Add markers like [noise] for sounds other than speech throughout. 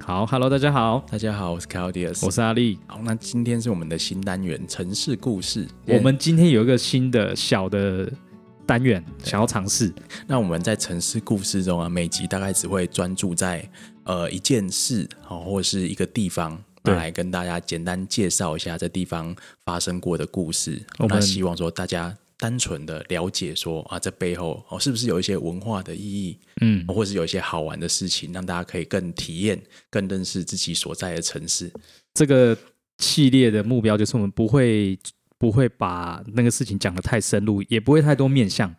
好，Hello，大家好，大家好，我是 Claudius。我是阿力。好，那今天是我们的新单元城市故事。我们今天有一个新的小的单元，想要尝试。那我们在城市故事中啊，每集大概只会专注在呃一件事，好、或者是一个地方，对那来跟大家简单介绍一下这地方发生过的故事。我们那希望说大家单纯的了解说啊，这背后哦是不是有一些文化的意义，嗯，或是有一些好玩的事情，让大家可以更体验、更认识自己所在的城市。这个系列的目标就是我们不会不会把那个事情讲得太深入，也不会太多面向，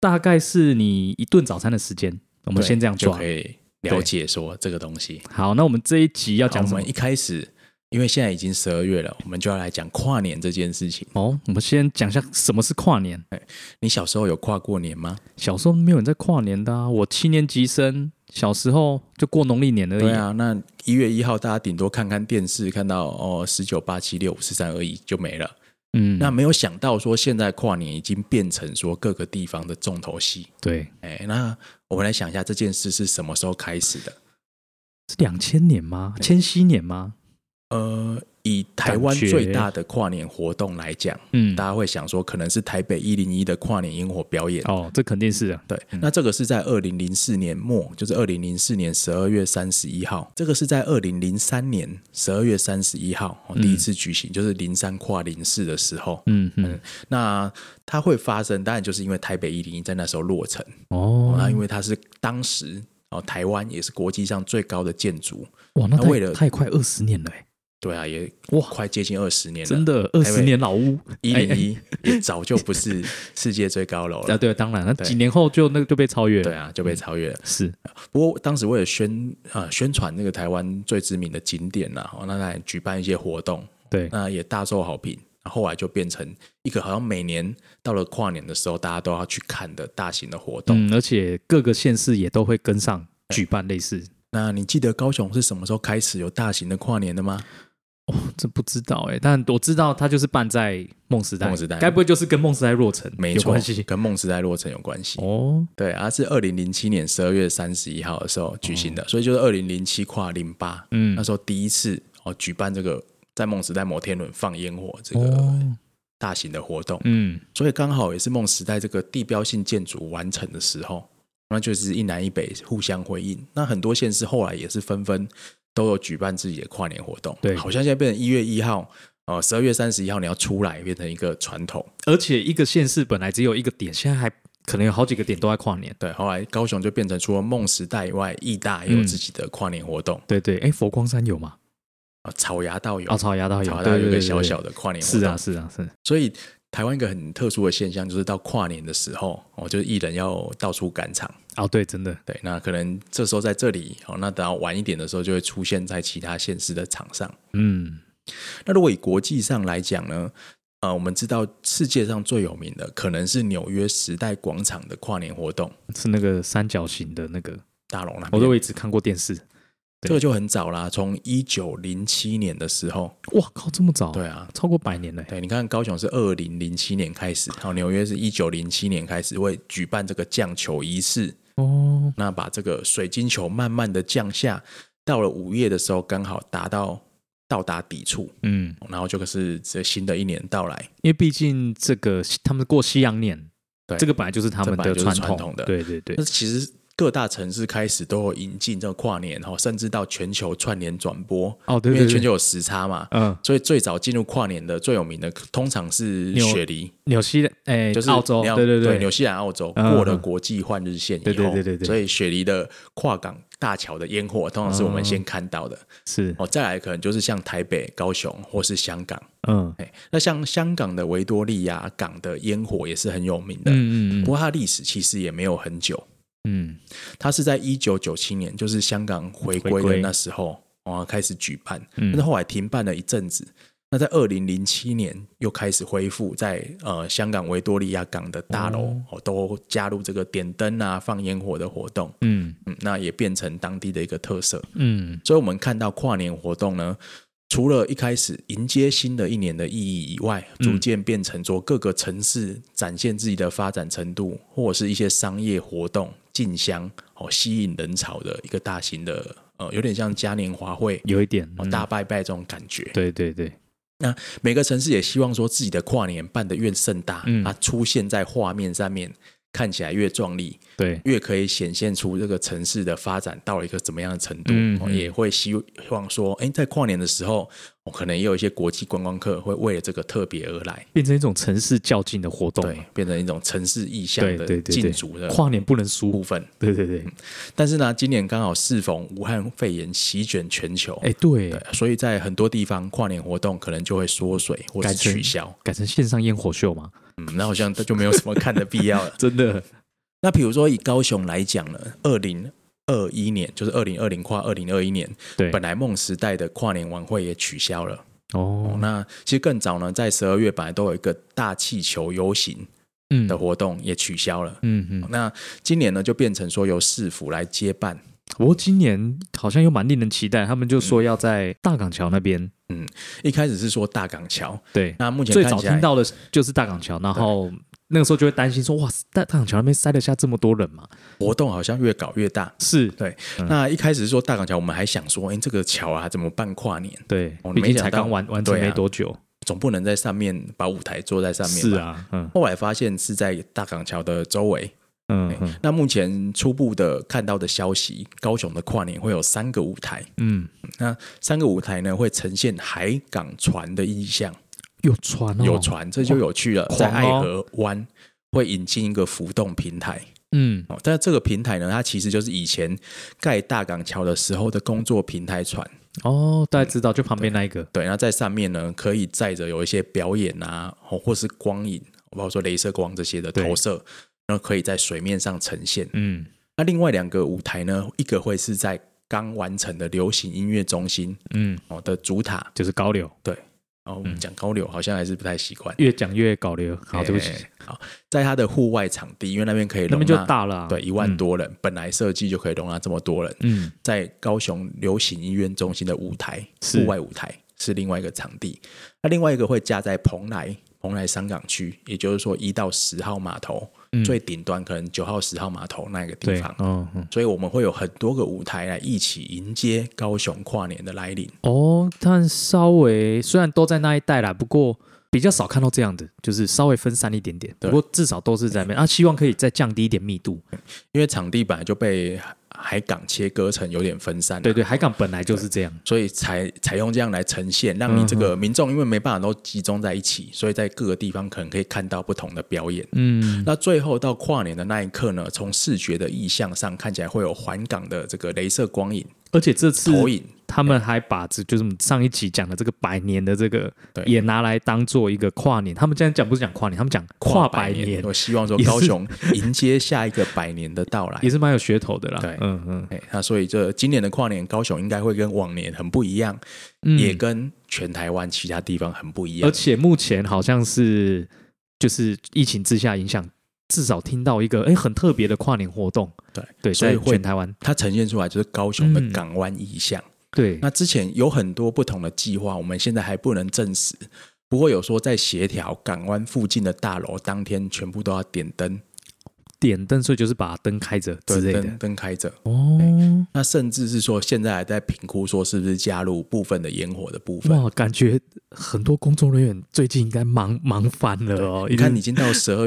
大概是你一顿早餐的时间，我我们先这样就抓可。以了解说这个东西。好，那我们这一集要好讲我什么们？一开始，因为现在已经十二月了，我们就要来讲跨年这件事情。哦，我们先讲一下什么是跨年。你小时候有跨过年吗？小时候没有人在跨年的啊，我七年级生，小时候就过农历年而已。对啊，那一月一号大家顶多看看电视，看到哦十九八七六五四三二一就没了。嗯，那没有想到说现在跨年已经变成说各个地方的重头戏。对，哎，那我们来想一下这件事是什么时候开始的？是两千年吗？千禧年吗？呃，以台感湾觉最大的跨年活动来讲，嗯，大家会想说可能是台北一零一的跨年烟火表演。哦，这肯定是啊。对，那这个是在二零零四年末，就是二零零四年十二月三十一号。这个是在二零零三年十二月三十一号、哦第一次举行，就是零三跨零四的时候。嗯嗯，那它会发生，当然就是因为台北一零一在那时候落成。哦哦，那因为它是当时哦，台湾也是国际上最高的建筑。哇，那那太为了太快二十年了欸，对啊，也哇快接近二十年了。真，的哎二台十北年老屋。一零一也早就不是世界最高 [laughs] 楼啊，了。对，当然，那几年后就那个就被超越了。对啊，就被超越了。是，不过当时为了宣呃宣传那个台湾最知名的景点呐、啊，哦那来举办一些活动，对，嗯那也大受好评。后来就变成一个好像每年到了跨年的时候，大家都要去看的大型的活动。嗯，而且各个县市也都会跟上举办类似。那你记得高雄是什么时候开始有大型的跨年的吗？这不知道哎，但我知道它就是办在梦时代，梦时代该不会就是跟梦时代落成没有错关系，？跟梦时代落成有关系。哦，对，它、是二零零七年十二月三十一号的时候举行的，所以就是二零零七跨零八、哦嗯那，时候第一次哦举办这个在梦时代摩天轮放烟火这个哦，大型的活动。嗯，所以刚好也是梦时代这个地标性建筑完成的时候，那就是一南一北互相回应。那很多县市后来也是纷纷都有举办自己的跨年活动，对好像现在变成一月一号，呃，十二月三十一号你要出来，变成一个传统。而且一个县市本来只有一个点，现在还可能有好几个点都在跨年。对，后来高雄就变成除了梦时代以外，义大嗯也有自己的跨年活动，对对，哎，佛光山有吗？啊，草芽道有，哦，草芽道有，草芽对道有对一对个对小对小的跨年活动。是啊，是啊，是。所以台湾一个很特殊的现象，就是到跨年的时候，哦，就是艺人要到处赶场。哦，对，真的，对，那可能这时候在这里，哦，那等到晚一点的时候，就会出现在其他县市的场上。嗯，那如果以国际上来讲呢，呃，我们知道世界上最有名的可能是纽约时代广场的跨年活动，是那个三角形的那个，大龙那我都边，一直看过电视。这个就很早啦，从一九零七年的时候，哇靠，这么早？对，啊。超过百年了。欸对，你看高雄是二零零七年开始，好，纽约是一九零七年开始会举办这个降球仪式，哦，那把这个水晶球慢慢的降下，到了午夜的时候刚好达到到达底处，嗯，然后就是这新的一年到来，因为毕竟这个他们过西洋年，对这个本来就是他们的这本来就是传统的对对对那，其实各大城市开始都有引进这个跨年哈，甚至到全球串联转播，哦，对对因为全对，球有时差嘛，嗯，所以最早进入跨年的最有名的通常是纽雪梨，纽西兰，哎，就是澳洲，你要对对对，纽西兰、澳洲嗯过了国际换日线以后，对对对对对所以雪梨的跨港大桥的烟火通常是我嗯们先看到的是，哦，再来可能就是像台北、高雄或是香港，嗯哎，那像香港的维多利亚港的烟火也是很有名的，嗯嗯不过它历史其实也没有很久。嗯它是在一九九七年，就是香港回回归归的那时候，哦，开始举办，嗯但是后来停办了一阵子。那在二零零七年又开始恢复在，呃香港维多利亚港的大楼哦都加入这个点灯啊、放烟火的活动，嗯嗯，那也变成当地的一个特色。嗯所以，我们看到跨年活动呢，除了一开始迎接新的一年的意义以外，嗯逐渐变成说各个城市展现自己的发展程度，或者是一些商业活动竞相哦吸引人潮的一个大型的呃呃，有点像嘉年华会、有一点、哦嗯大拜拜这种感觉。对对对，那每个城市也希望说自己的跨年办得越盛大，嗯它出现在画面上面看起来越壮丽，对，越可以显现出这个城市的发展到了一个怎么样的程度。嗯哦嗯也会希望说，哎，在跨年的时候，哦可能也有一些国际观光客会为了这个特别而来，变成一种城市较劲的活动对了。，变成一种城市意象对的对对禁对足的跨年不能部输。分。对对嗯对，哦但是呢，今年刚好适逢武汉肺炎席卷全球，哎，对，对，所以在很多地方跨年活动可能就会缩水或是改成取消。改成线上烟火秀嘛，。嗯，那好像就没有什么看的必要了 [laughs] 真的，那比如说以高雄来讲呢，二零二一年就是二零二零跨二零二一年，对本来梦时代的跨年晚会也取消了。哦哦，，那其实更早呢，在十二月本来都有一个大气球游行嗯的活动也取消了。嗯嗯，那今年呢，就变成说由市府来接办。不过今年好像又蛮令人期待，他们就说要在大港桥那边，一开始是说大港桥，对，那目前最看早起来听到的就是大港桥，然后那个时候就会担心说，哇，大大港桥那边塞得下这么多人吗？活动好像越搞越大。是，对，嗯那一开始是说大港桥，我们还想说，哎、这个桥啊，怎么办跨年？对哦，毕没竟想才到刚完完成对啊没多久，总不能在上面把舞台坐在上面是吧。啊，嗯后来发现是在大港桥的周围。嗯嗯那目前初步的看到的消息，高雄的跨年会有三个舞台，嗯，那三个舞台呢会呈现海港船的意象，有船哦，有，船，这就有趣了。狂哦在爱河湾会引进一个浮动平台嗯哦，但这个平台呢，它其实就是以前盖大港桥的时候的工作平台船。哦，大家知道，就旁边那一个，对，那在上面呢，可以载着有一些表演啊，哦，或是光影，哦包括说镭射光这些的投射，然后可以在水面上呈现。嗯那另外两个舞台呢，一个会是在刚完成的流行音乐中心嗯，哦的主塔，就是高流，哦，我嗯们讲高流好像还是不太习惯。越讲越高流，好，对不起，哎好，在它的户外场地，因为那边可以那容纳边就大了啊，对一万多人，本来设计就可以容纳这么多人。嗯，嗯，在高雄流行音乐中心的舞台，是户外舞台是另外一个场地，那另外一个会架在蓬莱蓬莱商港区，也就是说一到十号码头、嗯最顶端，可能九号、十号码头那个地对方，。嗯嗯。所以我们会有很多个舞台来一起迎接高雄跨年的来临。哦，但稍微虽然都在那一带啦，不过比较少看到这样的，就是稍微分散一点点。对不过至少都是在那边啊，希望可以再降低一点密度。因为场地本来就被海海港切割成有点分散、对。对，海港本来就是这样。所以才采用这样来呈现，让嗯你这个民众因为没办法都集中在一起，所以在各个地方可能可以看到不同的表演。嗯，那最后到跨年的那一刻呢，从视觉的意象上看起来会有环港的这个镭射光影而且这次投影，他们还把这就是我们上一期讲的这个百年的这个对也拿来当做一个跨年。他们现在讲不是讲跨年，他们讲跨百年，我希望说也是高雄 [laughs] 迎接下一个百年的到来也。是蛮有噱头的啦。对嗯嗯哎，那所以这今年的跨年，高雄应该会跟往年很不一样，嗯，也跟全台湾其他地方很不一而样。且目前好像是就是疫情之下影响，至少听到一个哎、诶很特别的跨年活动，对对，所以在会全台湾，它呈现出来就是高雄的嗯港湾意象。对，那之前有很多不同的计划，我们现在还不能证实。不过有说在协调港湾附近的大楼，当天全部都要点灯，点灯，所以就是把灯开着之对，类灯的。灯开着。哦，那甚至是说，现在还在评估说是不是加入部分的烟火的部分。哇，感觉很多工作人员最近应该忙忙翻了哦。你看，已，经到十二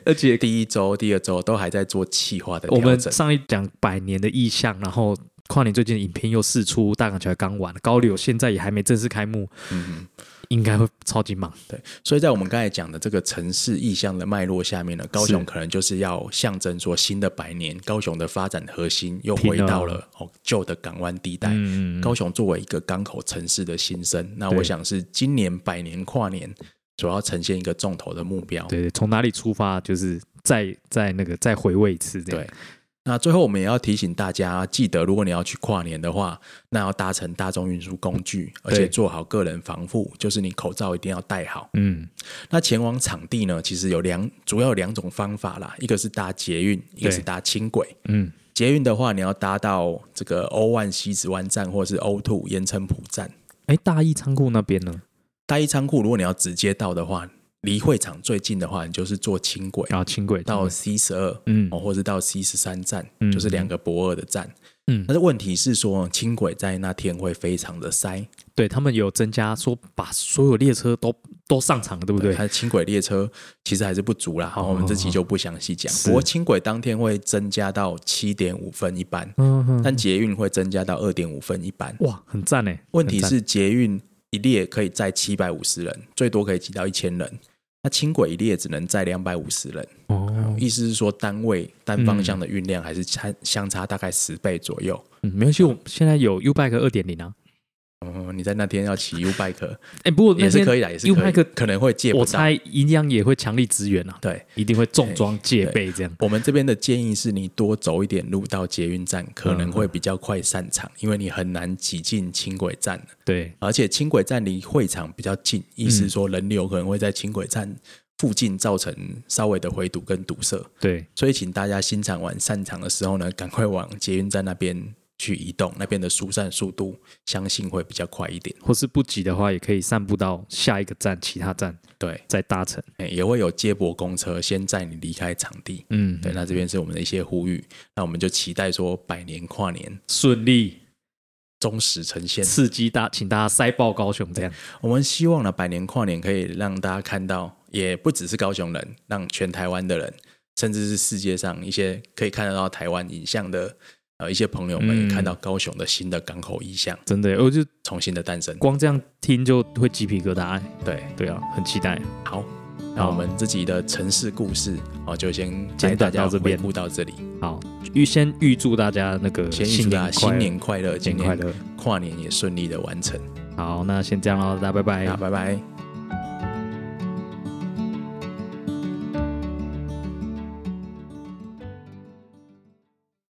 [laughs] 而且第一周、第二周都还在做企划的我调们整，上一讲百年的意象，然后跨年最近的影片又试出，大港桥刚完，高柳现在也还没正式开幕，嗯，应该会超级忙。对。所以在我们刚才讲的这个城市意向的脉络下面呢，高雄是可能就是要象征说新的百年，高雄的发展核心又拼回了到了哦旧的港湾地带。嗯高雄作为一个港口城市的新生，那对我想是今年百年跨年主要呈现一个重头的目标。对对，从哪里出发，就是再再那个再回味一次这样。对，那最后我们也要提醒大家，记得如果你要去跨年的话，那要搭乘大众运输工具，而且对做好个人防护，就是你口罩一定要戴好。嗯，那前往场地呢，其实有两主要有两种方法啦，一个是搭捷运，一个是搭轻轨。嗯，捷运的话，你要搭到这个 O One 西子湾站，或是 O Two 盐城埔站。哎，大义仓库那边呢？大一仓库，如果你要直接到的话，离会场最近的话，你就是坐轻轨然后轻轨到轻 C 十二，哦嗯哦，或者到 C 十三站，嗯就是两个博二的站。轨嗯，但是问题是说，轻轨在那天会非常的塞，对他们有增加说把所有列车都都上场了，对不对？哦它轻轨列车其实还是不足啦。哦好，我们这期就不详细讲。是不过轻轨当天会增加到七点五分一班，嗯哼，但捷运会增加到二点五分一班。哇，很赞哎！问题很赞是捷运一列可以载七百五十人，最多可以挤到一千人。那轻轨一列只能载两百五十人，哦，意思是说单位单方向的运量还是差相差大概十倍左右。嗯没关系，我们现在有 U Bike 二点零啊。哦，你在那天要骑 U bike 哎，不 [laughs] 过那也是天可以的，也是可以 U-Bike，可能会借不我到。猜银阳也会强力支援啊，对，一定会重装戒备这样。我们这边的建议是你多走一点路到捷运站，可嗯能会比较快散场，因为你很难挤进轻轨站，对，而且轻轨站离会场比较近，意嗯思说人流可能会在轻轨站附近造成稍微的回堵跟堵塞，对，所以请大家新场完散场的时候呢，赶快往捷运站那边去移动，那边的疏散速度相信会比较快一点。或是不急的话，也可以散步到下一个站、其他站对，再搭乘。哎也会有接驳公车先载你离开场地。嗯，对，那这边是我们的一些呼吁，那我们就期待说百年跨年顺利忠实呈现。刺激大，请大家塞爆高雄这样。我们希望呢，百年跨年可以让大家看到，也不只是高雄人，让全台湾的人，甚至是世界上一些可以看得到台湾影像的呃一些朋友们，嗯也看到高雄的新的港口意象真的，我就重新的诞生。光这样听就会鸡皮疙瘩。对，对啊，很期待。好，那我们自己的城市故事哦，就先带简大短家到这回边顾到这里，好，预先预祝大家那个先预祝大家快新乐年快乐，今新年快年乐。跨年也顺利的完成。哎好，那先这样喽，大家拜拜。那拜拜。